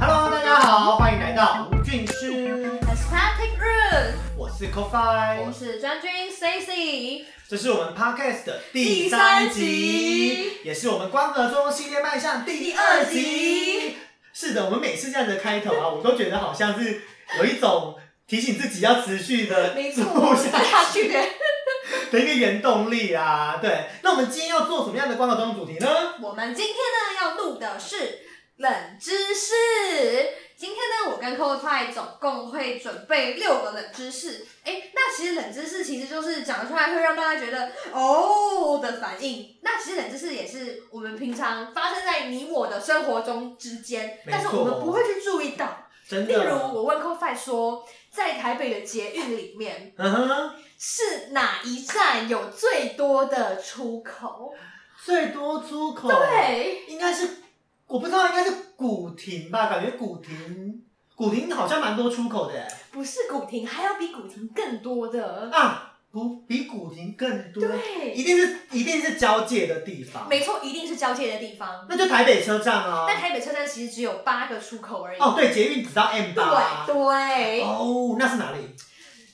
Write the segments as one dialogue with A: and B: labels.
A: Hello，大家好，欢迎来到吴俊师，
B: Aesthetic Room，
A: 我是
B: 我们
A: CoFi，
B: 是专军 Stacy，
A: 这是我们 Podcast 的第
B: 第
A: 三
B: 三
A: 集
B: 集，
A: 也是我们光合作用系列迈向第
B: 第
A: 二
B: 二
A: 集
B: 集。
A: 是的，我们每次这样的开头啊，我都觉得好像是有一种提醒自己要持续的
B: 没错，
A: 做下去
B: 下去的。
A: 的一个原动力啊。对，那我们今天要做什么样的光合作用主题呢？
B: 我们今天呢要录的是冷知识。今天呢，我跟 c o f i 总共会准备六个冷知识。哎，那其实冷知识其实就是讲出来会让大家觉得哦的反应。那其实冷知识也是我们平常发生在你我的生活中之间，
A: 没错
B: 但是我们不会去注意到。
A: 真
B: 例
A: 的，
B: 如，我问 c o f i 说，在台北的捷运里面，
A: 嗯哼，
B: 是哪一站有最多的出口？
A: 最多出口，，
B: 对，
A: 应该是我不知道，应该是古亭吧？感觉古亭，古亭好像蛮多出口的耶
B: 不是古亭，还有比古亭更多的。
A: 啊，古比古亭更多，一
B: 对，
A: 定是一定是交界的地方，
B: 没错，一定是交界的地方。
A: 那就台北车站啊。
B: 但台北车站其实只有八个出口而已。
A: 哦，对，捷运只到 M 八，
B: 对对，
A: 哦，那是哪里？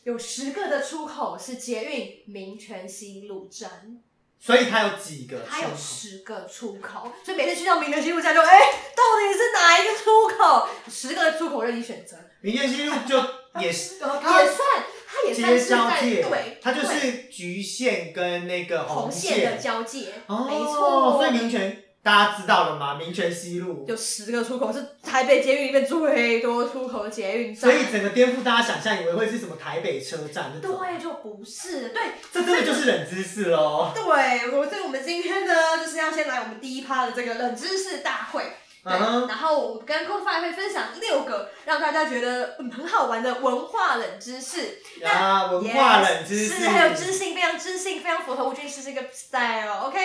B: 有十个的出口是捷运民权西路站，
A: 所以它有几个出口？
B: 它有十个出口，所以每次去到民权西路站就哎，到底是哪一个出口？十个出口任你选择，
A: 民权西路就也是，呃它
B: 也算，哦它也算
A: 街
B: 是
A: 交
B: 在
A: 界，
B: 对，
A: 它就
B: 对
A: 是局限跟那个
B: 红线的
A: 线。
B: 交界，
A: 哦，
B: 没错。
A: 所以民权大家知道了吗？民权西路，
B: 有十个出口是台北捷运里面最多出口的捷运站，
A: 所以整个颠覆大家想象，以为会是什么台北车站这种，
B: 对就不是对
A: 这真的就是冷知识喽。
B: 对，我所以我们今天呢就是要先来我们第一趴的这个冷知识大会。对
A: 嗯哼
B: 然后我跟 c o f i 会分享六个让大家觉得嗯很好玩的文化冷知识，
A: 啊，文化
B: Yes，
A: 冷知识，
B: 是还有知性，非常知性，非常符合吴俊师这个 style。OK，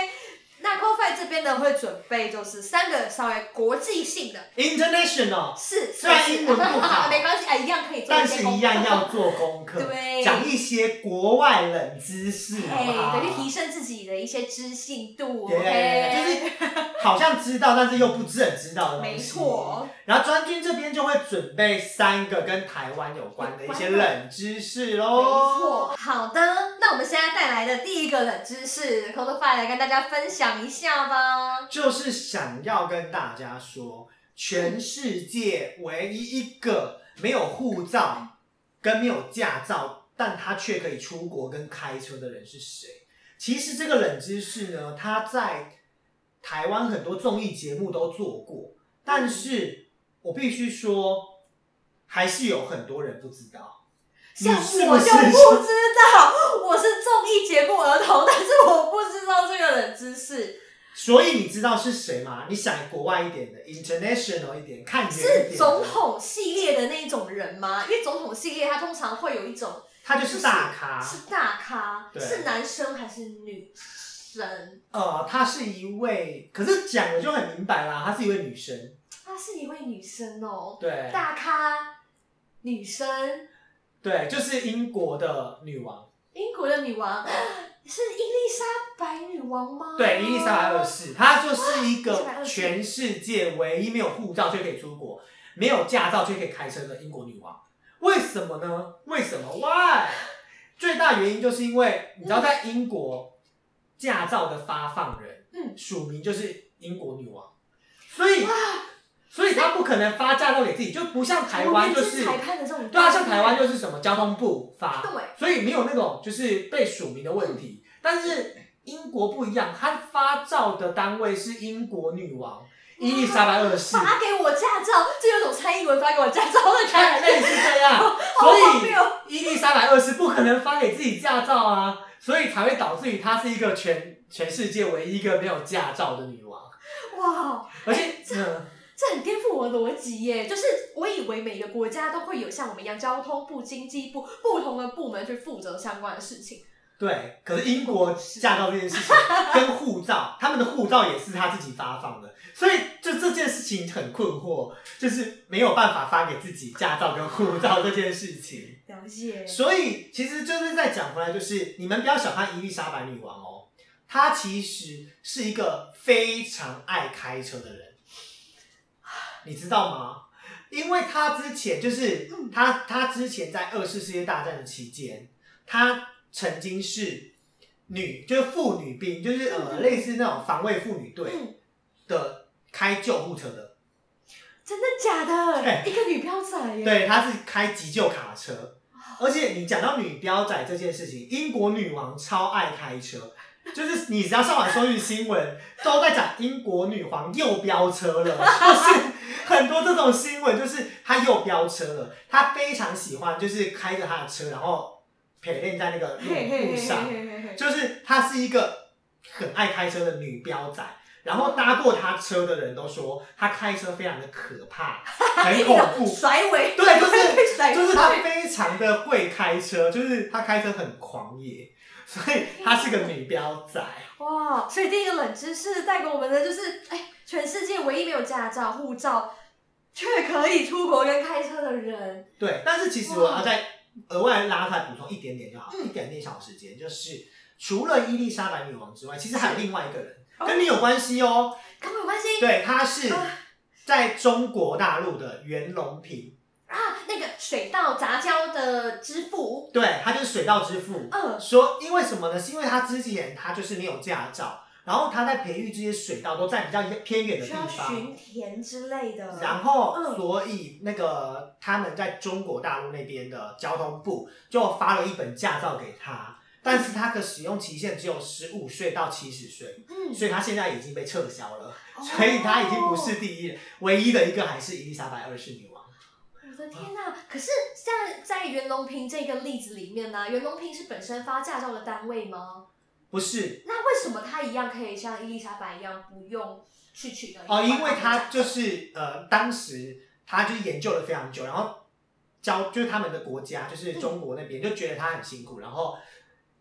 B: 那 c o f i 这边呢会准备就是三个稍微国际性的，
A: international，
B: 是，
A: 虽然英文不好
B: 没关系，哎，一样可以做
A: 但
B: 一些
A: 是
B: 功
A: 一
B: 课
A: 样要做功课，
B: 对
A: 讲一些国外冷知识，好不好
B: 哎，对，去提升自己的一些知性度
A: 对
B: ，OK，
A: 就是好像知道，但是又不是很知道的东西。
B: 没错。
A: 然后专军这边就会准备三个跟台湾有关的一些冷知识
B: 没
A: 喽。
B: 错。好的，那我们现在带来的第一个冷知识 c o d e f i 来跟大家分享一下吧。
A: 就是想要跟大家说，全世界唯一一个没有护照跟没有驾照，但他却可以出国跟开车的人是谁？其实这个冷知识呢，他在台湾很多综艺节目都做过，但是我必须说，还是有很多人不知道。你
B: 像
A: 是
B: 我
A: 不
B: 就是不知道，我是综艺节目儿童，但是我不知道这个冷知识
A: 所以你知道是谁吗？你想国外一点的，international 一点，看远一点的
B: 是总，统系列的那一种人吗？因为总统系列它通常会有一种
A: 他就是大咖，
B: 是大咖，
A: 对
B: 是男生还是女生？
A: 呃，她是一位，可是讲了就很明白啦，她是一位女生。
B: 她啊是一位女生哦，
A: 对，
B: 大咖女生，
A: 对，就是英国的女王，
B: 英国的女王 是伊丽莎白女王吗？
A: 对，伊丽莎白二世，她就是一
B: 伊丽莎白
A: 个
B: 二世
A: 全世界唯一没有护照却可以出国、没有驾照却可以开车的英国女王。为什么呢？为什么？Why？最大原因就是因为你知道，在英国驾照的发放人，
B: 嗯
A: 署名就是英国女王，所以
B: 哇，
A: 所以她不可能发驾照给自己，就不像台湾就
B: 我们
A: 是
B: 裁判的这种，
A: 对啊，像台湾就是什么交通部发，
B: 对
A: 所以没有那种就是被署名的问题。但是英国不一样，它发照的单位是英国女王伊丽莎白二世，
B: 发给我驾照，这有种蔡英文发给我驾照的
A: 哎，
B: 感觉，
A: 类似这样，
B: 好
A: 所
B: 荒谬
A: 以。伊丽莎白二世不可能发给自己驾照啊，所以才会导致于她是一个全全世界唯一一个没有驾照的女王，
B: 哇，
A: 而且嗯。
B: 这很颠覆我的逻辑耶！就是我以为每个国家都会有像我们一样交通部、经济部不同的部门去负责相关的事情。
A: 对，可是英国驾照这件事情跟护照，他们的护照也是他自己发放的，所以就这件事情很困惑，就是没有办法发给自己驾照跟护照这件事情。
B: 了解，
A: 所以其实就是在讲回来，就是你们不要小看伊丽莎白女王哦，他其实是一个非常爱开车的人，你知道吗？因为他之前就是
B: 嗯
A: 他，他之前在二次世界大战的期间，他曾经是女，就是妇女兵，就是呃
B: 嗯
A: 类似那种防卫妇女队
B: 嗯
A: 的开救护车的，
B: 真的假的？
A: 对
B: 一个女飙仔耶！
A: 对，他是开急救卡车。而且你讲到女标仔这件事情，英国女王超爱开车，就是你只要上网搜寻新闻，都在讲英国女皇又飙车了， 就是很多这种新闻，就是她又飙车了，她非常喜欢，就是开着她的车，然后陪练在那个
B: 嘿嘿
A: 路
B: 嘿
A: 路
B: 嘿
A: 上，
B: 嘿嘿嘿，
A: 就是她是一个很爱开车的女标仔，然后搭过她车的人都说她开车非常的可怕，很恐
B: 那种
A: 怖。
B: 甩尾，
A: 对就是
B: 会被甩
A: 哎就是
B: 他
A: 她非常的会开车，就是她开车很狂野， 所以她是个女标仔。
B: 哇！所以第一个冷知识带给我们的就是，哎，全世界唯一没有驾照、护照却可以出国跟开车的人，
A: 对，但是其实我要再额外拉出来补充一点点就好，
B: 嗯
A: 一点点小时间，就是除了伊丽莎白女王之外，其实还有另外一个人
B: 哦
A: 跟你有关系哦。
B: 跟我有关系
A: 对，他是
B: 啊
A: 在中国大陆的袁隆平，
B: 啊？那个水稻杂交的之父，
A: 对他就是水稻之父。
B: 嗯，
A: 说因为什么呢？是因为他之前他就是没有驾照，然后他在培育这些水稻都在比较偏远的
B: 需
A: 地
B: 要
A: 方，
B: 巡田之类的，
A: 然
B: 嗯
A: 后，所以那个他们在中国大陆那边的交通部就发了一本驾照给他，但是他的使用期限只有十五岁到七十岁，
B: 嗯，
A: 所以他现在已经被撤销了，
B: 哦
A: 所以他已经不是第一，唯一的一个还是伊丽莎白二世女王。
B: 我的天呐、可是在在袁隆平这个例子里面呢、袁隆平是本身发驾照的单位吗？
A: 不是
B: 那为什么他一样可以像伊丽莎白一样不用去取得一个
A: 哦，因为
B: 外国
A: 他
B: 驾照
A: 就是呃，当时他就是研究了非常久，然后教就是他们的国家就是
B: 嗯
A: 中国那边就觉得他很辛苦，然后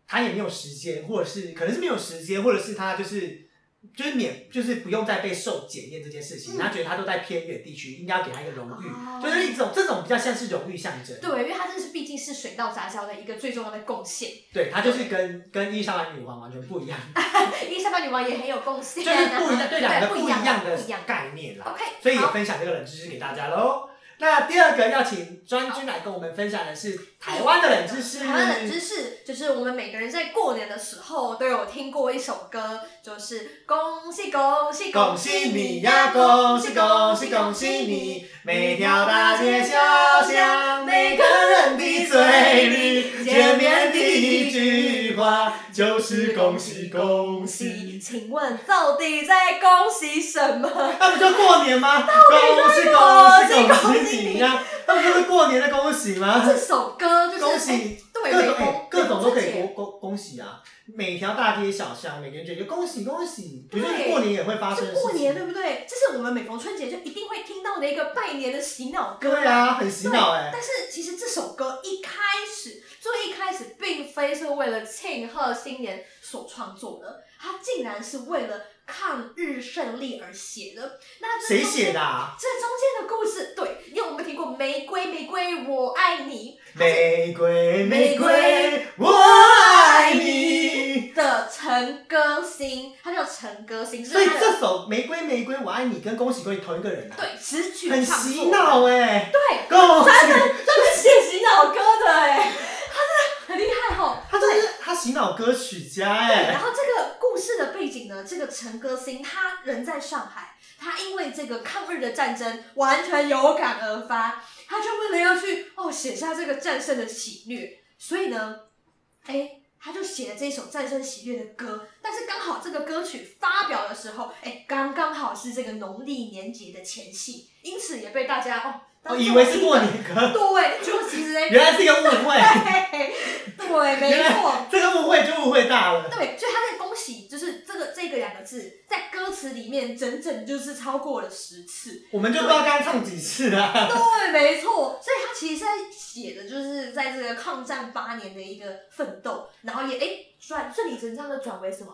A: 他也没有时间，或者是可能是没有时间，或者是他就是就是免就是不用再被受检验这件事情，
B: 嗯
A: 他觉得他都在偏远地区，应该要给他一个荣誉，
B: 哦
A: 就是一种这种比较像是荣誉象征。
B: 对，因为他这是毕竟是水稻杂交的一个最重要的贡献。
A: 对，他就是跟跟伊丽莎白女王完全不一样，
B: 哎伊丽莎白女王也很有贡
A: 就
B: 献、
A: 是
B: 啊，
A: 不一样，对两个
B: 不
A: 不一
B: 样
A: 样的
B: 不一样。
A: 概念啦。
B: OK，
A: 所以也
B: 好
A: 分享这个冷知识给大家喽。那第二个要请专军来跟我们分享的是台湾的冷知识。
B: 台湾冷知识就是我们每个人在过年的时候都有听过一首歌，就是恭喜恭喜
A: 恭喜你呀，恭喜恭喜恭喜你！每条大街小巷，每个人的嘴里，见面第一句话就是恭喜恭喜。！
B: 请问到底在恭喜什 么？
A: 那不就过年吗？恭喜
B: 就是
A: 恭
B: 恭
A: 喜
B: 喜
A: 恭喜你呀！那不就是过年的恭喜吗？
B: 这首歌就是
A: 恭喜
B: 哎
A: 各
B: 对没
A: 种
B: 空
A: 哎 各种都可以
B: 对
A: 恭恭恭喜啊！每条大街小巷，每个人觉得恭喜恭喜，不
B: 对
A: 就是过年也会发生
B: 是
A: 的事情？
B: 过年对不对？这是我们每逢春节就一定会听到的一个拜年的洗脑歌
A: 对啊，很洗脑哎、
B: 但是其实这首歌一开始最一开始并非是为了庆贺新年所创作的，它竟然是为了抗日胜利而写的。那这
A: 谁
B: 中
A: 写
B: 间
A: 的、？啊？
B: 这中间的故事，对，因为我们听过《玫瑰玫瑰我爱你
A: 玫瑰玫瑰，我爱你。》
B: 的陈歌星，他叫陈歌星，
A: 所以
B: 他的
A: 这首《玫瑰玫瑰我爱你》跟《恭喜恭喜》同一个人啊，
B: 对词曲
A: 很
B: 创
A: 洗
B: 作
A: 脑哎、
B: 对，
A: 恭喜！
B: 专门写洗脑歌的哎，他真的很厉害哦吼。
A: 他真的是他洗脑歌曲家哎、
B: 然后这个故事的背景呢，这个陈歌星他人在上海，他因为这个抗日的战争完全有感而发，他就为了要去哦写下这个战胜的喜虐，所以呢，哎。他就写了这首战胜喜悦的歌，但是刚好这个歌曲发表的时候，哎，刚刚好是这个农历年节的前夕，因此也被大家哦，当
A: 哦，
B: 作
A: 以为是过
B: 一
A: 年
B: 个，
A: 歌，
B: 对，就其实哎，哎
A: 原来是一个误会，
B: 对，没
A: 原来
B: 错，
A: 这个误会就误会大了。
B: 对，所以他在恭喜，就是这个这个两个字，在歌词里面整整就是超过了十次。
A: 我们就不知道该唱几次啊了。
B: 对，没错。所以他其实在写的就是在这个抗战八年的一个奋斗，然后也哎转顺理成章的转为什么？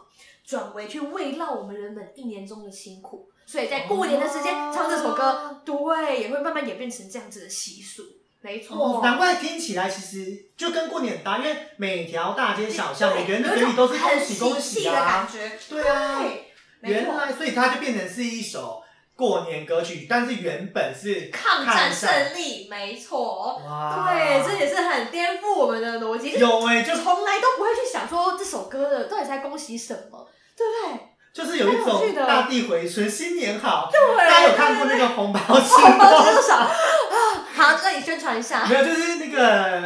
B: 转为去慰劳我们人们一年中的辛苦。所以在过年的时间
A: 哦
B: 唱这首歌，对，也会慢慢演变成这样子的习俗。没错
A: 哦，， 难怪听起来其实就跟过年搭，因为每条大街小巷，
B: 对
A: 每个人的
B: 有一
A: 嘴
B: 种
A: 里都是恭
B: 很
A: 喜
B: 喜
A: 恭
B: 气
A: 喜
B: 的感
A: 啊！
B: 觉，
A: 对啊
B: 对，没
A: 原
B: 错，
A: 来，所以它就变成是一首过年歌曲，但是原本是
B: 抗战
A: 战
B: 胜利，没错，
A: 哇，
B: 对，这也是很颠覆我们的逻辑，就是
A: 有哎、
B: 就
A: 就
B: 从来都不会去想说这首歌的到底在恭喜什么，对不对？
A: 就是有一
B: 蛮有趣
A: 种
B: 的
A: 大地回春，新年好。
B: 对，
A: 大家有看过那个红包吃
B: 红包
A: 吗？
B: 多少啊？ 好，那你宣传一 下。
A: 没有，就是那个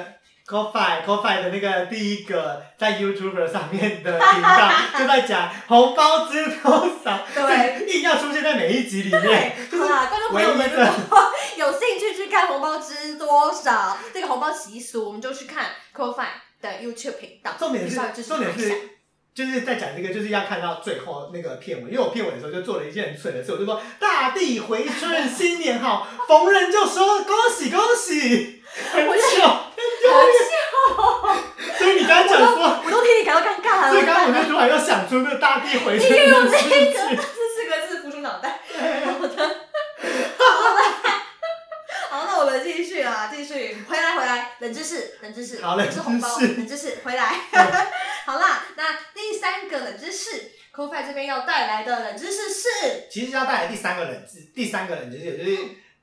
A: c o f i c o f i 的那个第一个在 YouTube 上面的频道就在讲红包知多少，
B: 对，
A: 硬要出现在每一集里面。
B: 对，好啦，观众朋
A: 唯
B: 友
A: 一
B: 们，如
A: 的
B: 果 有兴趣去看红包知多少这个红包习俗，我们就去看 c o f i 的 YouTube 频道。
A: 重点
B: 你稍微支
A: 是
B: 持
A: 重点
B: 他一下
A: 是。就是在讲这个，就是要看到最后那个片尾，因为我片尾的时候就做了一件很蠢的事，我就说“大地回春，新年好”，逢人就说“恭喜恭喜”，很
B: 我觉
A: 糗。所以你刚刚讲说，
B: 我都替你感到尴尬了。
A: 所以刚刚我
B: 怎么办
A: 就突然又想出那“大地回春”
B: 你可以用
A: 的
B: 这
A: 事
B: 个
A: 情。
B: 这四个字浮出脑袋。好的， 好的。好，那我们继续啊，继续回来回来，冷知识，冷知识，
A: 好
B: 不是红包，
A: 冷知识
B: 冷知识，回来。 好啦，那第三个冷知识 c o f i 这边要带来的冷知识是，
A: 其实要带来第三个冷知，第三个冷知识就是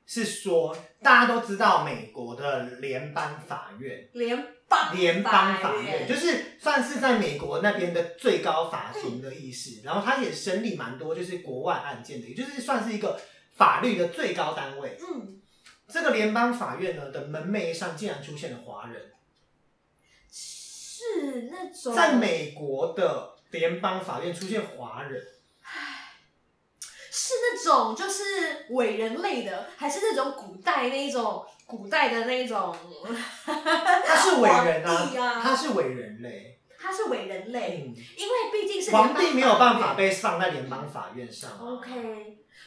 A: 是说，大家都知道美国的联邦法院，
B: 联邦
A: 联邦法院
B: 哦院，
A: 就是算是在美国那边的最高法庭的意
B: 嗯
A: 思，然后它也审理蛮多就是国外案件的，也就是算是一个法律的最高单位。
B: 嗯，
A: 这个联邦法院呢的门楣上竟然出现了华人，
B: 是那种
A: 在美国的联邦法院出现华人，
B: 是那种就是伟人类的，还是那种古代那一种古代的那一种？
A: 他是伟人
B: 皇帝啊
A: 他是伟人嘞。
B: 他是伟人类，
A: 嗯，
B: 因为毕竟是联
A: 皇
B: 邦
A: 帝没有办
B: 法
A: 法
B: 院
A: 被放在联邦法院上啊。
B: OK，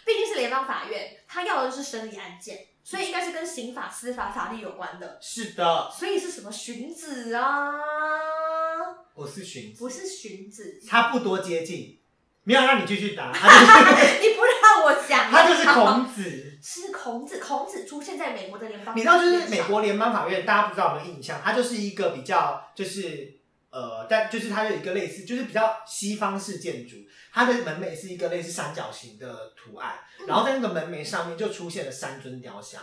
B: 毕竟是联邦法院，他要的是审理案件，所以应该是跟刑法、司法、法律有关的。
A: 是的，
B: 所以是什么荀子啊？
A: 我是荀子，
B: 不是荀子，
A: 差不多接近，没有让你继续答，他就是
B: 你不让我讲，啊
A: 他就是孔子。
B: 是孔子，孔子出现在美国的联邦法
A: 你知
B: 院上，
A: 道，就是美国联邦法院，大家不知道有没有印象？它就是一个比较，就是呃，但就是它有一个类似，就是比较西方式建筑，它的门楣是一个类似三角形的图案，
B: 嗯
A: 然后在那个门楣上面就出现了三尊雕像。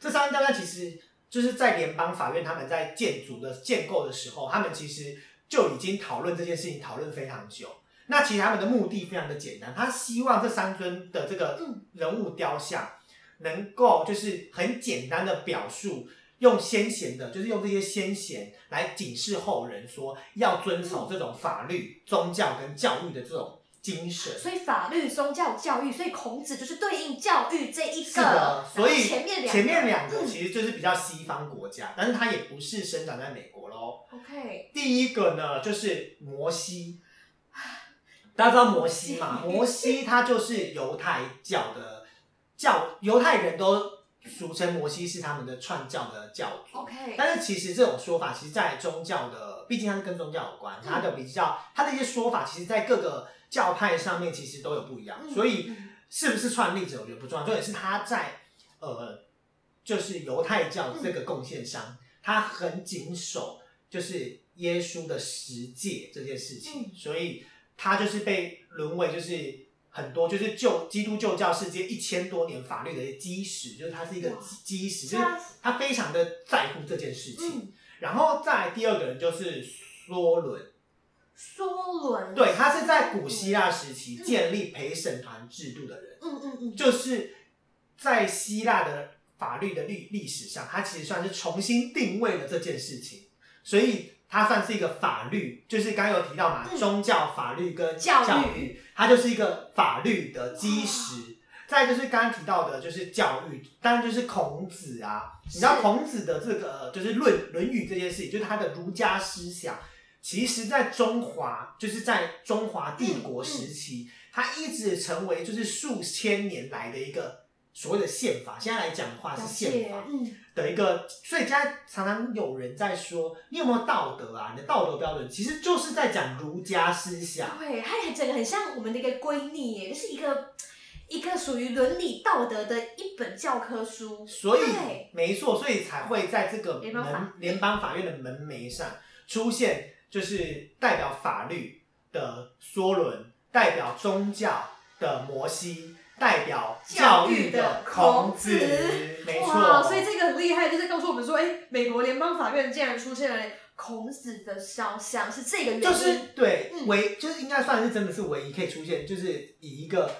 A: 这三尊雕像其实就是在联邦法院他们在建筑的建构的时候，他们其实就已经讨论这件事情，讨论非常久。那其实他们的目的非常的简单，他希望这三尊的这个
B: 嗯
A: 人物雕像能够就是很简单的表述，用先贤的，就是用这些先贤来警示后人说要遵守这种法律、宗教跟教育的这种精神。
B: 所以法律、宗教、教育，所以孔子就是对应教育这一个。
A: 是的，所以
B: 然后前面两个
A: 前面两个
B: 嗯
A: 其实就是比较西方国家，但是它也不是生长在美国喽。
B: OK，
A: 第一个呢，就是摩西，大家知道摩西嘛？摩西他就是犹太教的教，犹太人都俗称摩西是他们的传教的教主。
B: OK，
A: 但是其实这种说法，其实，在宗教的，毕竟它是跟宗教有关，它的比较，它的一些说法，其实，在各个教派上面其实都有不一样。
B: 嗯
A: 所以
B: 嗯
A: 是不是创立者，我觉得不重要，重点是他在呃，就是犹太教这个贡献
B: 嗯
A: 上，他很谨守就是耶稣的十诫这件事情，
B: 嗯
A: 所以他就是被沦为就是。很多就是旧基督旧教世界一千多年法律的基石，就是它是一个
B: 哇
A: 基石，就是
B: 他
A: 他非常的在乎这件事情。
B: 嗯，
A: 然后再来第二个人就是梭伦，
B: 梭伦，
A: 对他是在古希腊时期
B: 嗯
A: 建立陪审团制度的人，
B: 嗯嗯嗯，
A: 就是在希腊的法律的历历史上，他其实算是重新定位了这件事情，所以。他算是一个法律，就是刚刚有提到嘛，
B: 嗯
A: 宗教、法律跟
B: 教育
A: 育，它就是一个法律的基石。再就是刚刚提到的，就是教育，当然就是孔子啊，你知道
B: 是
A: 孔子的这个就是《论论语》这件事情，就是他的儒家思想，其实在中华，就是在中华帝国
B: 嗯
A: 时期，它一直成为就是数千年来的一个所谓的宪法。现在来讲的话啊是
B: 了
A: 宪
B: 解，
A: 法
B: 嗯。
A: 的一个，所以现在常常有人在说，你有没有道德啊？你的道德标准其实就是在讲儒家思想。
B: 对，它很整个很像我们的一个闺蜜耶，就是一个一个属于伦理道德的一本教科书。
A: 所以
B: 对
A: 没错，所以才会在这个
B: 联邦法
A: 门联邦法院的门楣上出现，就是代表法律的梭伦，代表宗教的摩西，代表教育的孔子
B: 教育的孔。
A: 没
B: 哇，
A: 错，
B: 所以这个很厉害，就是告诉我们说，哎，美国联邦法院竟然出现了孔子的肖像，是这个原因。
A: 就是对
B: 嗯
A: 唯就是应该算是真的是唯一可以出现，就是以一个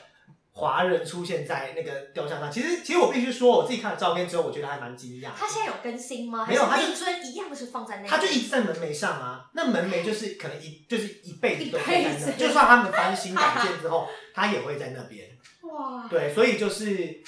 A: 华人出现在那个雕像上。其实其实我必须说，我自己看了照片之后，我觉得还蛮惊讶的。
B: 他现在有更新吗？
A: 没有
B: 还
A: 他
B: 是
A: 就
B: 一尊一样是放在那里？
A: 他就一直在门楣上啊，那门楣就是可能一就是一辈子都会在
B: 一
A: 那
B: 辈
A: 边，
B: 子
A: 就算他们翻新改建之后，他也会在那 边。
B: 哇。
A: 对，所以就是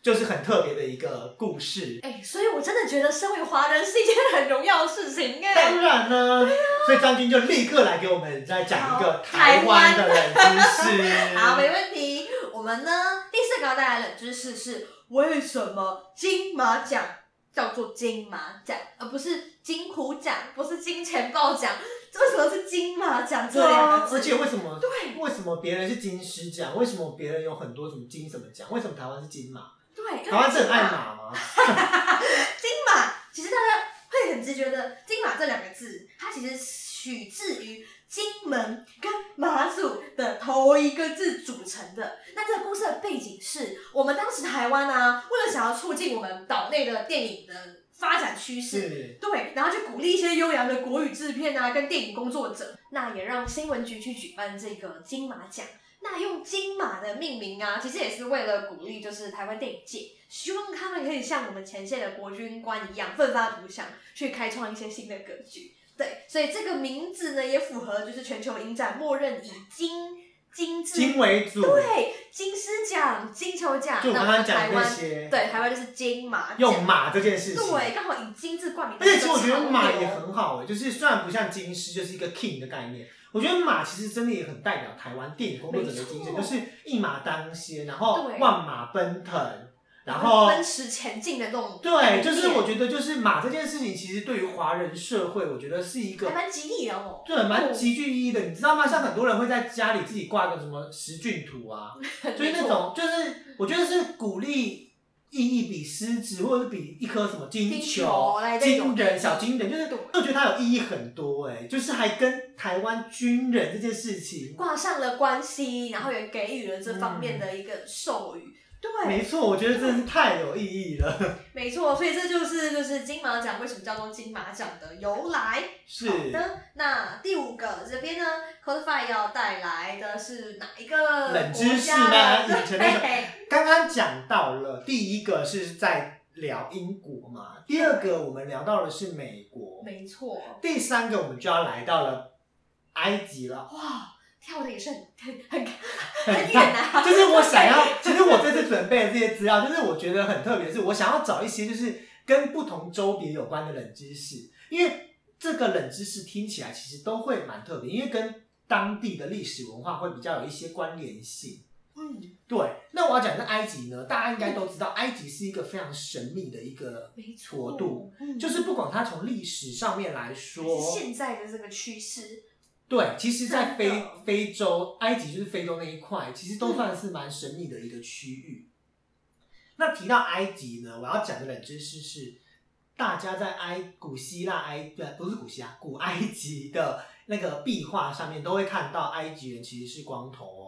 A: 就是很特别的一个故事。
B: 哎、所以我真的觉得身为华人是一件很荣耀的事情哎、
A: 当然呢，所以张军就立刻来给我们再讲一个
B: 好
A: 台湾的冷知识。
B: 好，没问题。我们呢，第四个要带来的冷知识是为什么金马奖叫做金马奖，而不是金虎奖，不是金钱豹奖？为什么是金马奖这
A: 对
B: 两个
A: 啊，
B: 字？
A: 而且为什么？
B: 对
A: 为什么别人是金狮奖？为什么别人有很多什么金什么奖？为什么台湾是金马？
B: 对，
A: 台湾是很爱马吗？
B: 金马，其实大家会很直觉的，金马这两个字，它其实取自于金门跟马祖的头一个字组成的。那这个故事的背景是我们当时台湾啊，为了想要促进我们岛内的电影的发展趋势，
A: 是
B: 对，然后就鼓励一些优良的国语制片啊，跟电影工作者，那也让新闻局去举办这个金马奖。那用金马的命名啊，其实也是为了鼓励，就是台湾电影界，希望他们可以像我们前线的国军官一样奋发图强，去开创一些新的格局。对，所以这个名字呢，也符合就是全球影展默认以金金字
A: 金为主，
B: 对啊金狮奖、金球奖，
A: 就我
B: 那
A: 刚
B: 我
A: 刚
B: 们台
A: 讲的那
B: 湾
A: 些，
B: 对台湾就是金马
A: 用
B: 奖
A: 马这件事情。
B: 对，刚好以金字冠名。
A: 而且其实我觉得马也很好诶、就是虽然不像金狮，就是一个 king 的概念，我觉得马其实真的也很代表台湾电影工作者的精神，
B: 没错
A: 就是一马当先，然后
B: 对
A: 万马奔腾，然后
B: 奔驰前进的那种概
A: 对，
B: 念。
A: 就是我觉得就是马这件事情，其实对于华人社会，我觉得是一个
B: 还。蛮吉利的哦。
A: 对，蛮极具意义的，你知道吗？像很多人会在家里自己挂个什么十骏图啊， 就是那种，就是我觉得是鼓励意义比狮子，或者是比一颗什么金
B: 金
A: 球
B: 球来、这种
A: 金人、小金人，就是
B: 对
A: 我觉得它有意义很多哎、就是还跟台湾军人这件事情，
B: 挂上了关系，然后也给予了这方面的一个授予。对，
A: 嗯没错，我觉得真的是太有意义 了。
B: 没错，所以这就是就是金马奖为什么叫做金马奖的由来。
A: 是
B: 好的，那第五个这边呢，Codify 要带来的是哪一个
A: 冷知
B: 国
A: 识
B: 家
A: 吗
B: 呢
A: 以前那个
B: 对
A: 刚刚讲到了，第一个是在聊英国嘛，第二个我们聊到的是美国，
B: 没错，
A: 第三个我们就要来到了埃及了。
B: 哇，跳的也是很很很
A: 很
B: 很
A: 大
B: 远 啊。
A: 就是我想要，其实我这次准备的这些资料，就是我觉得很特别，是我想要找一些就是跟不同州别有关的冷知识，因为这个冷知识听起来其实都会蛮特别，因为跟当地的历史文化会比较有一些关联性。
B: 嗯。
A: 对，那我要讲的埃及呢，大家应该都知道，埃及是一个非常神秘的一个
B: 没错，
A: 国度，
B: 嗯
A: 就是不管它从历史上面来说，
B: 还是现在的这个趋势，
A: 对，其实，在
B: 真
A: 非
B: 的
A: 非洲、埃及就是非洲那一块，其实都算是蛮神秘的一个区域。那提到埃及呢，我要讲的冷知识是，大家在埃古希腊埃对，不是古希腊，古埃及的那个壁画上面都会看到埃及人其实是光头哦。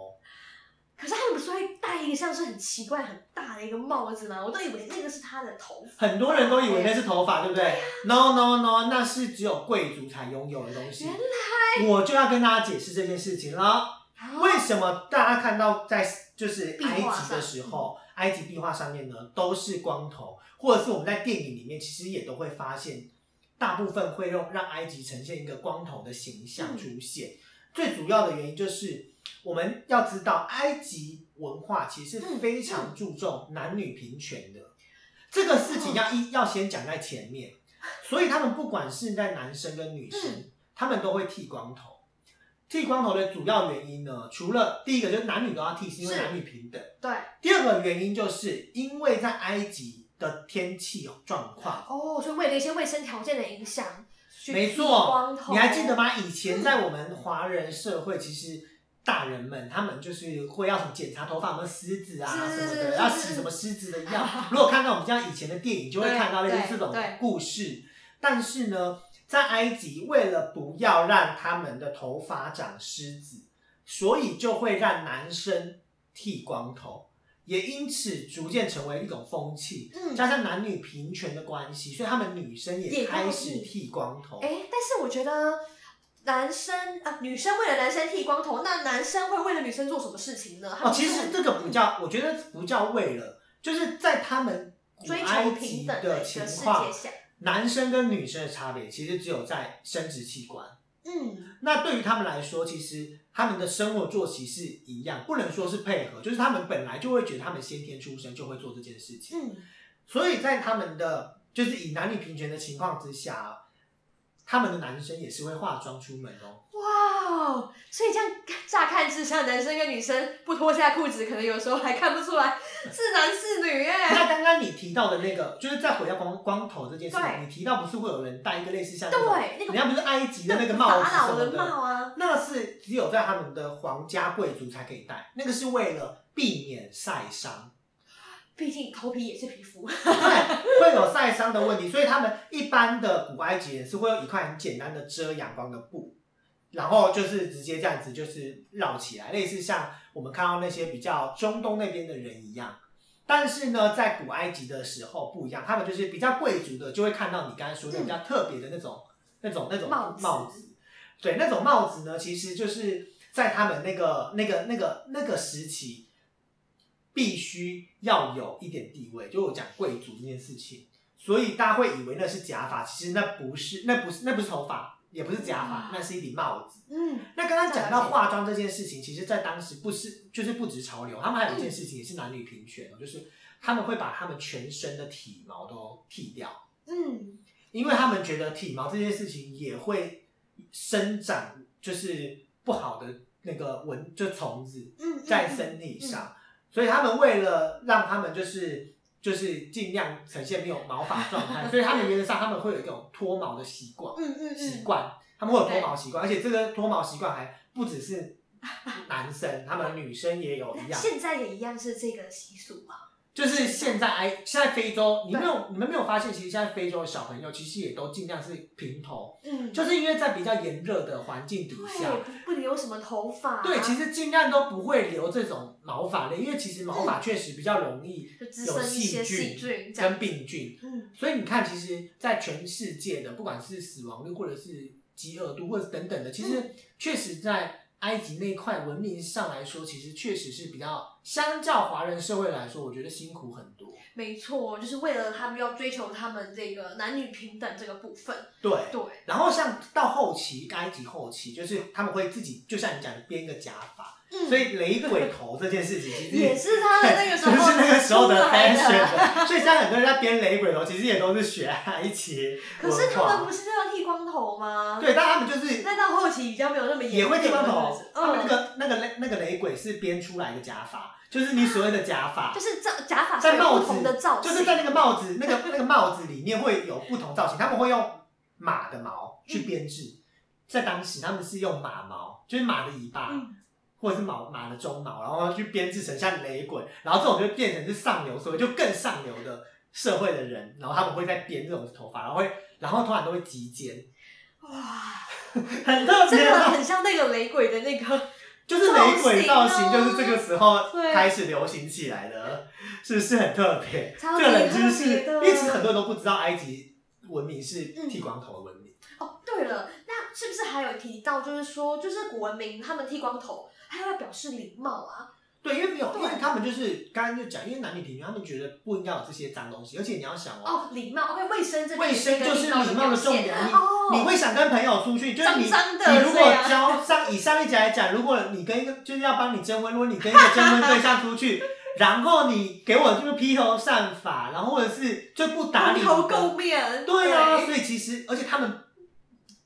B: 可是他们不是会戴一个像是很奇怪很大的一个帽子吗？我都以为那个是他的头发，
A: 很多人都以为那是头发，对不
B: 啊
A: 对？No No No，那是只有贵族才拥有的东西。
B: 原
A: 我就要跟大家解释这件事情了。
B: 啊
A: 为什么大家看到在就是
B: 壁
A: 埃
B: 画
A: 及的
B: 上
A: 时候，埃及壁画上面呢都是光头，或者是我们在电影里面其实也都会发现，大部分会用让埃及呈现一个光头的形象
B: 嗯
A: 出现。最主要的原因就是我们要知道，埃及文化其实
B: 嗯
A: 非常注重男女平权的，这个事情要一要先讲在前面，所以他们不管是在男生跟女生，他们都会剃光头。剃光头的主要原因呢，除了第一个就是男女都要剃，是因为
B: 是
A: 男女平等；
B: 对
A: 第二个原因就是因为在埃及的天气状况。
B: 哦，所以为了一些卫生条件的影响，去
A: 没
B: 剃光
A: 错
B: 头，
A: 你还记得？吗？以前在我们华人社会，其实大人们，他们就是会要什么检查头发有没有虱子啊
B: 是是
A: 什么
B: 是
A: 的，
B: 是
A: 要
B: 是
A: 洗
B: 是
A: 什么虱子的药。 如果看到我们像以前的电影，就会
B: 对
A: 看到类似
B: 对
A: 这种
B: 对
A: 故事。但是呢，在埃及，为了不要让他们的头发长虱子，所以就会让男生剃光头，也因此逐渐成为一种风气。
B: 嗯，
A: 加上男女平权的关系，所以他们女生
B: 也
A: 也
B: 开
A: 开
B: 始
A: 始剃光头。
B: 哎、但是我觉得男生啊、女生为了男生剃光头，那男生会为了女生做什么事情呢？他
A: 哦，
B: 们
A: 其
B: 是嗯
A: 实这个不叫，我觉得不叫为了，就是在他们古
B: 追
A: 埃
B: 求
A: 及
B: 平等的一
A: 的
B: 个
A: 情
B: 世界
A: 况，
B: 下，
A: 男生跟女生的差别其实只有在生殖器官。
B: 嗯，
A: 那对于他们来说，其实他们的生活作息是一样，不能说是配合，就是他们本来就会觉得他们先天出生就会做这件事情。
B: 嗯，
A: 所以在他们的就是以男女平权的情况之下，他们的男生也是会化妆出门哦。
B: 哇哦！所以这样乍看之下，男生跟女生不脱下裤子，可能有时候还看不出来是男是女耶。
A: 那刚刚你提到的那个，就是再回到光光头这件事
B: 对
A: 情，你提到不是会有人戴一个类似像那种
B: 对，那个
A: 人家不是埃及的那个帽子
B: 法
A: 什
B: 老
A: 么
B: 的帽啊，
A: 那是只有在他们的皇家贵族才可以戴，那个是为了避免晒伤，
B: 毕竟头皮也是皮肤。
A: 对，会有晒伤的问题，所以他们一般的古埃及人是会有一块很简单的遮阳光的布，然后就是直接这样子就是绕起来，类似像我们看到那些比较中东那边的人一样。但是呢，在古埃及的时候不一样，他们就是比较贵族的，就会看到你刚才说的
B: 嗯
A: 比较特别的那种、那种、那种
B: 帽子
A: 帽子。对，那种帽子呢，其实就是在他们那个、那个、那个、那个时期，必须要有一点地位。就我讲贵族这件事情，所以大家会以为那是假发，其实那不是，那不是，那不是头发，也不是假
B: 哇
A: 发，那是一顶帽子。
B: 嗯，
A: 那刚刚讲
B: 了
A: 到
B: 解
A: 化妆这件事情，其实在当时不是就是不止潮流，他们还有一件事情也是男女平权哦，就是他们会把他们全身的体毛都剃掉，
B: 嗯，
A: 因为他们觉得体毛这件事情也会生长，就是不好的那个蚊，就虫子
B: 嗯嗯
A: 在身体上，所以他们为了让他们就是。就是尽量呈现没有毛发状 态，所以他们原则上他们会有一种脱毛的习惯。
B: 嗯嗯
A: 习
B: 嗯，
A: 惯，他们会有脱毛习惯，而且这个脱毛习惯还不只 是男生，他们女生也有一
B: 那
A: 样。
B: 现在也一样是这个习俗嘛？
A: 就是现在哎，现在非洲，你
B: 对
A: 没有你们没有发现，其实现在非洲的小朋友其实也都尽量是平头，
B: 嗯，
A: 就是因为在比较炎热的环境底下
B: 对，，不不留什么头发、
A: 对，其
B: 实
A: 实尽量都不会留这种毛发类，因为其实毛发确实比较容易
B: 就滋
A: 有
B: 生一些细
A: 菌
B: 菌这样
A: 跟病菌，
B: 嗯
A: 所以你看，其实，在全世界的不管是死亡率，或者是饥饿度，或者等等的，其
B: 嗯
A: 实确实在埃及那一块文明上来说，其实确实是比较相较华人社会来说，我觉得辛苦很多。
B: 没错，就是为了他们要追求他们这个男女平等这个部分。
A: 对，
B: 对，
A: 然后像到后期埃及后期，就是他们会自己，就像你讲的编一个假发，
B: 嗯，
A: 所以雷鬼头这件事情其实
B: 也是他们啊那个时候
A: 就是那个时候的
B: 出来
A: fashion，的所以 像很多人在编雷鬼头，其实也都是学埃及
B: 可
A: 文
B: 是他们
A: 化。
B: 不是都要剃光头吗？，
A: 对，但他们就是
B: 那到后期比较没有那么严
A: 也会剃光头
B: 格，
A: 他们
B: 嗯
A: 那个那个雷那个雷鬼是编出来的假发，就是你所谓的假发
B: 嗯就，是造假发
A: 在
B: 上有
A: 帽
B: 不同的
A: 子
B: 造型，
A: 就是在那个帽子那个那个帽子里面会有不同造型，他们会用马的毛
B: 嗯
A: 去编制，在当时他们是用马毛，就是马的尾巴。
B: 嗯
A: 或者是马马的鬃毛，然后去编制成像雷鬼，然后这种就变成是上流社会，就更上流的社会的人，然后他们会在编这种头发，然后会，然后通常都会及肩，
B: 哇，
A: 很特
B: 真
A: 别
B: 的
A: 吧。
B: 很像那个雷鬼的那个，
A: 就是雷鬼造
B: 造
A: 型，
B: 型哦
A: 就是这个时候
B: 对
A: 开始流行起来的，是不是很特别？
B: 超 级
A: 这个冷知识，
B: 特别的
A: 因为其实很多人都不知道埃及文明是
B: 嗯
A: 剃光头的文明。
B: 哦，对了，那是不是还有提到，就是说，就是古文明他们剃光头，还要表示礼貌啊？
A: 对，因为没有，
B: 对
A: 因为他们就是刚刚就讲，因为男女平权，他们觉得不应该有这些脏东西，而且你要想哦，
B: 哦，礼貌，OK，卫生这边
A: 卫生就是礼貌的重点。
B: 表现
A: 你
B: 哦，
A: 你会想跟朋友出去，就是你
B: 脏脏的啊
A: 你如果
B: 这样
A: 交上以上一节来讲，如果你跟一个就是要帮你征婚，如果你跟一个征婚对象出去， 然后你给我就是披头散发，然后或者是就不打理
B: 蓬
A: 你
B: 头
A: 的
B: 垢面，
A: 对啊，所以其实而且他们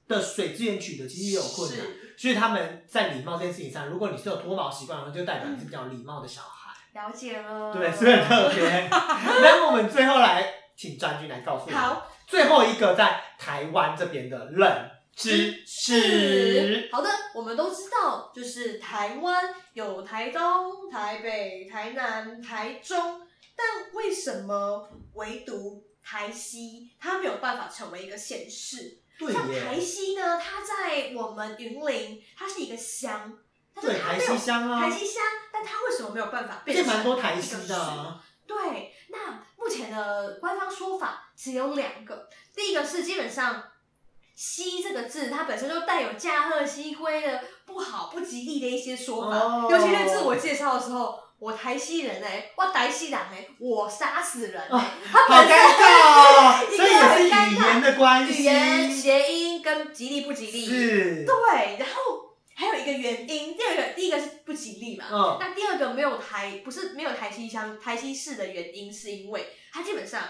A: 的水资源取得其实也有困难，
B: 是
A: 所以他们在礼貌这件事情上，如果你是有脱毛习惯的话，就代表你是比较礼貌的小孩，
B: 了解了，
A: 对，是不是很特别。那么我们最后来请专军来告诉我们，
B: 好，
A: 最后一个在台湾这边的冷知识。
B: 好的，我们都知道，就是台湾有台东、台北、台南、台中，但为什么唯独台西它没有办法成为一个县市？
A: 对
B: 像台
A: 耶，
B: 西呢，它在我们云林，它是一个乡，但
A: 对
B: 是它
A: 台
B: 没
A: 西
B: 有
A: 乡啊
B: 台，西乡，但它为什么没有办法变
A: 这
B: 成
A: 蛮多
B: 一个
A: 台西的啊。
B: 对，那目前的官方说法只有两个，第一个是基本上“西”这个字，它本身就带有驾鹤西归的不好、不吉利的一些说法。
A: 哦
B: 尤其在自我介绍的时候，我台西人哎、我台西人哎、我杀死人哎、
A: 啊
B: 它
A: 好
B: 本
A: 尴
B: 身
A: 尬哦，
B: 一个
A: 所以也是
B: 很尴
A: 语言的关
B: 语
A: 系，
B: 言谐音跟吉利不吉利
A: 是，
B: 对，然后还有一个原因，第二个第一个是不吉利嘛，
A: 嗯，
B: 那第二个没有台，不是没有台西乡台西市的原因，是因为它基本上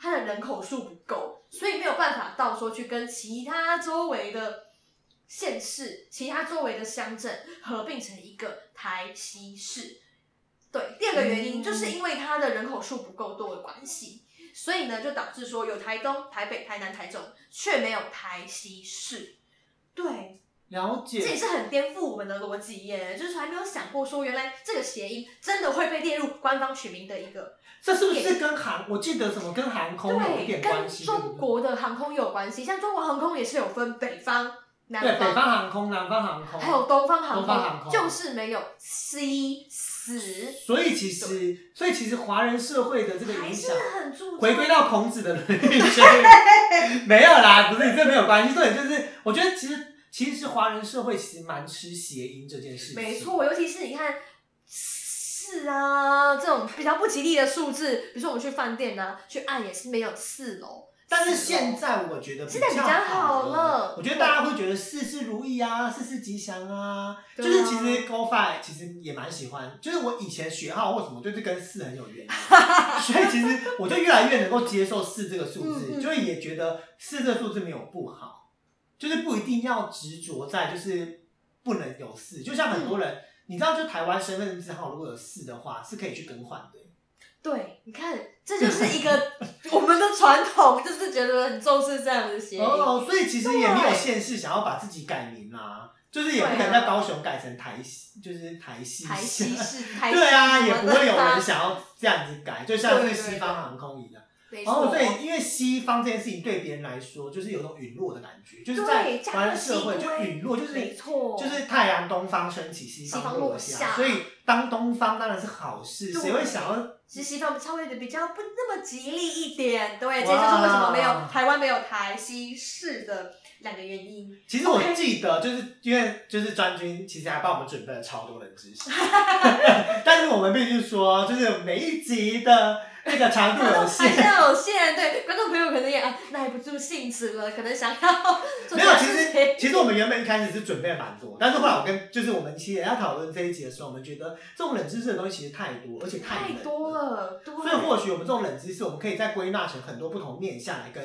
B: 它的人口数不够，所以没有办法到说去跟其他周围的县市、其他周围的乡镇合并成一个台西市。对，第二个原因
A: 嗯
B: 就是因为它的人口数不够多的关系，所以呢就导致说有台东、台北、台南、台中，却没有台西市。对，
A: 了
B: 这也
A: 解。
B: 是很颠覆我们的逻辑耶，就是从来没有想过说，原来这个谐音真的会被列入官方取名的一个，
A: 这是不是跟航？我记得什么跟航空有一
B: 对，
A: 点
B: 跟
A: 关系？
B: 中国的航空有关系，像中国航空也是有分北方、南
A: 对不对对北
B: 方，
A: 方航空、南方航空，
B: 还有东方航
A: 东方航空
B: 就是没有 C 死，
A: 所以其实，所以其实华人社会的这个
B: 还
A: 影
B: 是啊
A: 响，
B: 很注重
A: 回归到孔子的伦理 学，没有啦，不是，这没有关系。重点就是，我觉得其实其实华人社会其实蛮吃谐音这件事情，
B: 没，错，尤其是你看。四啊，这种比较不吉利的数字，比如说我们去饭店啊，去按也是没有四楼。
A: 但是
B: 四楼
A: 现在我觉得
B: 现在比
A: 较
B: 较好了
A: 我觉得大家会觉得事事如意啊，事事吉祥啊。就
B: 对啊
A: 是其实 GoFi 其实也蛮喜欢，就是我以前学号或什么，就是跟四很有缘，啊 所以其实我就越来越能够接受四这个数字，
B: 嗯嗯
A: 就是也觉得四这个数字没有不好，就是不一定要执着在就是不能有四，就像很多
B: 嗯
A: 人，你知道，就台湾身份证号如果有四的话，是可以去更换的。
B: 对，你看，这就是 一个我们的传统，就是觉得很重视这样的谐音。
A: 哦，所以其实也没有
B: 对
A: 县市想要把自己改名啦、就是也不可能
B: 对啊
A: 在高雄改成台西，就是台西
B: 台 西是台西，
A: 对啊，也不会有人想要这样子 改，就像是西方航空一样。
B: 没
A: 哦，
B: 错，
A: 对，因为西方这件事情对别人来说，就是有种陨落的感觉，就是在
B: 对
A: 华人社会
B: 家
A: 就
B: 和西归
A: 陨落，就是
B: 没错
A: 就是太阳东方升起，西
B: 西方
A: 落
B: 落下
A: 所以当东方当然是好事，
B: 对
A: 谁会想要？
B: 是西方稍微的比较不那么吉利一点。对，
A: 哇
B: 这就是为什么没有台湾没有台西市的两个原因。
A: 其实我记得，就是因为就是专军其实还帮我们准备了超多人 知识，但是我们必须说，就是每一集的那个长度有
B: 还
A: 限
B: 是，有限，对观众朋友可能也啊耐不住性子了，可能想要 做
A: 没有，
B: 这
A: 其
B: 件事
A: 实
B: 情。
A: 其实我们原本一开始是准备了蛮多，但是后来我跟就是我们其实要讨论这一集的时候，我们觉得这种冷知识的东西其实太多，而且太
B: 太
A: 冷
B: 多。了，对，
A: 所以或许我们这种冷知识，我们可以再归纳成很多不同面向来跟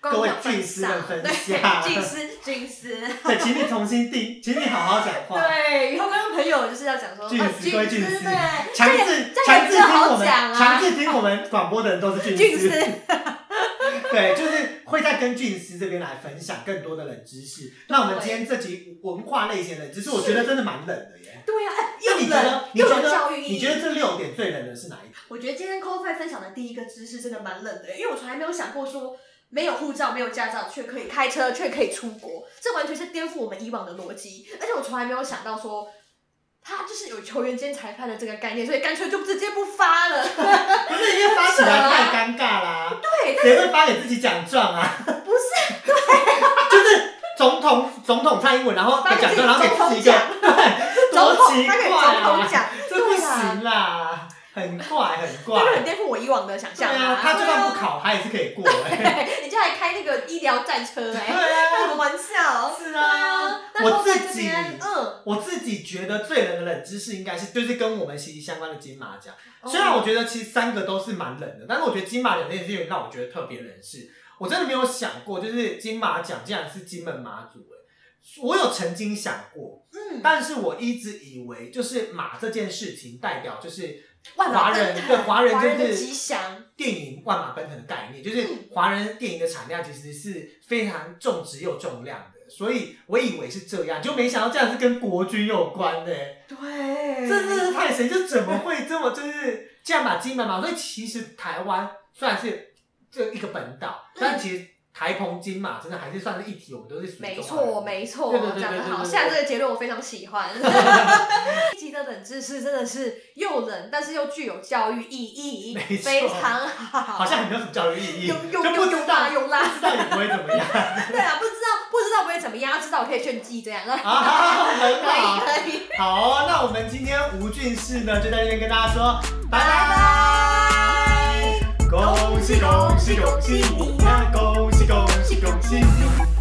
B: 观
A: 各位
B: 众
A: 俊师们分享
B: 对， 俊师俊师。
A: 对，请你重新定，请你好好讲话，
B: 对，以后观众朋友就是要讲说，
A: 俊
B: 啊
A: 师归俊师
B: 对，
A: 强
B: 这
A: 制
B: 这
A: 强
B: 样
A: 制
B: 也
A: 听我们
B: 比较好讲啊
A: 强制听我们广播的人都是
B: 也
A: 俊
B: 俊
A: 师，
B: 师，
A: 对，就是会再跟俊师这边来分享更多的冷知识。那我们今天这集文化类型的冷知识，我觉得真的蛮冷的耶。
B: 对呀、啊，
A: 那
B: 又
A: 你觉
B: 冷
A: 得？你
B: 又
A: 觉
B: 有教
A: 得？
B: 育意义。
A: 你觉得这六点最冷的是哪一个？
B: 我觉得今天 c o f i 分享的第一个知识真的蛮冷的，因为我从来没有想过说没有护照、没有驾照却可以开车、却可以出国，这完全是颠覆我们以往的逻辑，而且我从来没有想到说。他就是有球员兼裁判的这个概念，所以干脆就直接不发了。
A: 不是因为发起来太尴尬啦，
B: 对，但
A: 谁会发给自己奖状啊？
B: 不是
A: 就是总统总统蔡英文，然后
B: 发给
A: 奖
B: 自己
A: 状，然后给自己一个
B: 总，
A: 对，
B: 总
A: 多
B: 统
A: 奇
B: 发给
A: 怪
B: 总统
A: 啊！
B: 奖，
A: 这不
B: 对啊
A: 行啦，很怪很
B: 这就很
A: 怪。
B: 颠覆我以往的想
A: 对
B: 象
A: 啊，他就
B: 对啊
A: 算不考，他也是可以过 哎。
B: 对，啊人家还开那个医疗战车
A: 对
B: 哎、开什
A: 啊，
B: 么玩笑？
A: 是
B: 对
A: 啊
B: 啊，，那
A: 我
B: 后在
A: 自
B: 这
A: 己。
B: 边，嗯，
A: 我自己觉得最冷的冷知识应该是就是跟我们息息相关的金马奖。
B: 哦
A: 虽然我觉得其实三个都是蛮冷的，但是我觉得金马奖这件事情让我觉得特别冷是，我真的没有想过，就是金马奖竟然是金门马祖、欸。我有曾经想过，
B: 嗯，
A: 但是我一直以为就是马这件事情代表就是
B: 万马
A: 华
B: 奔
A: 人
B: 腾
A: 对华人
B: 华人
A: 就
B: 的
A: 是
B: 吉祥，
A: 电影万马奔腾的概念，就是
B: 嗯
A: 华人电影的产量其实是非常重质又重量的，的，所以我以为是这样，就没想到这样是跟国军有关的、
B: 对，
A: 这真的是太神，就怎么会这么就是这样把金门嘛？所以其实台湾虽然是这一个本岛，但其实台澎金马真的还是算是一体，我们都是属于
B: 没
A: 中华民
B: 错，
A: 国
B: 没错
A: 对对，对
B: 讲
A: 对
B: 得
A: 对
B: 好。
A: 对
B: 下这个结论我非常 喜欢。一集的冷知识真的是又冷，但是又具有教育意义，
A: 没错
B: 非常好。
A: 好像也没有什么教育意义，
B: 又又
A: 就不
B: 又
A: 知道
B: 辣又辣
A: 不知道也不会怎么 样
B: 对啊，不知道不知道不会怎么样，知道我可以炫技这样。
A: 啊，
B: 可
A: 很好。
B: 以可以，
A: 好，那我们今天吴俊士呢，就在这边跟大家说，拜
B: 拜
A: 拜。
B: 拜。啊
A: 恭喜恭喜恭喜你呀！恭喜恭喜恭喜你！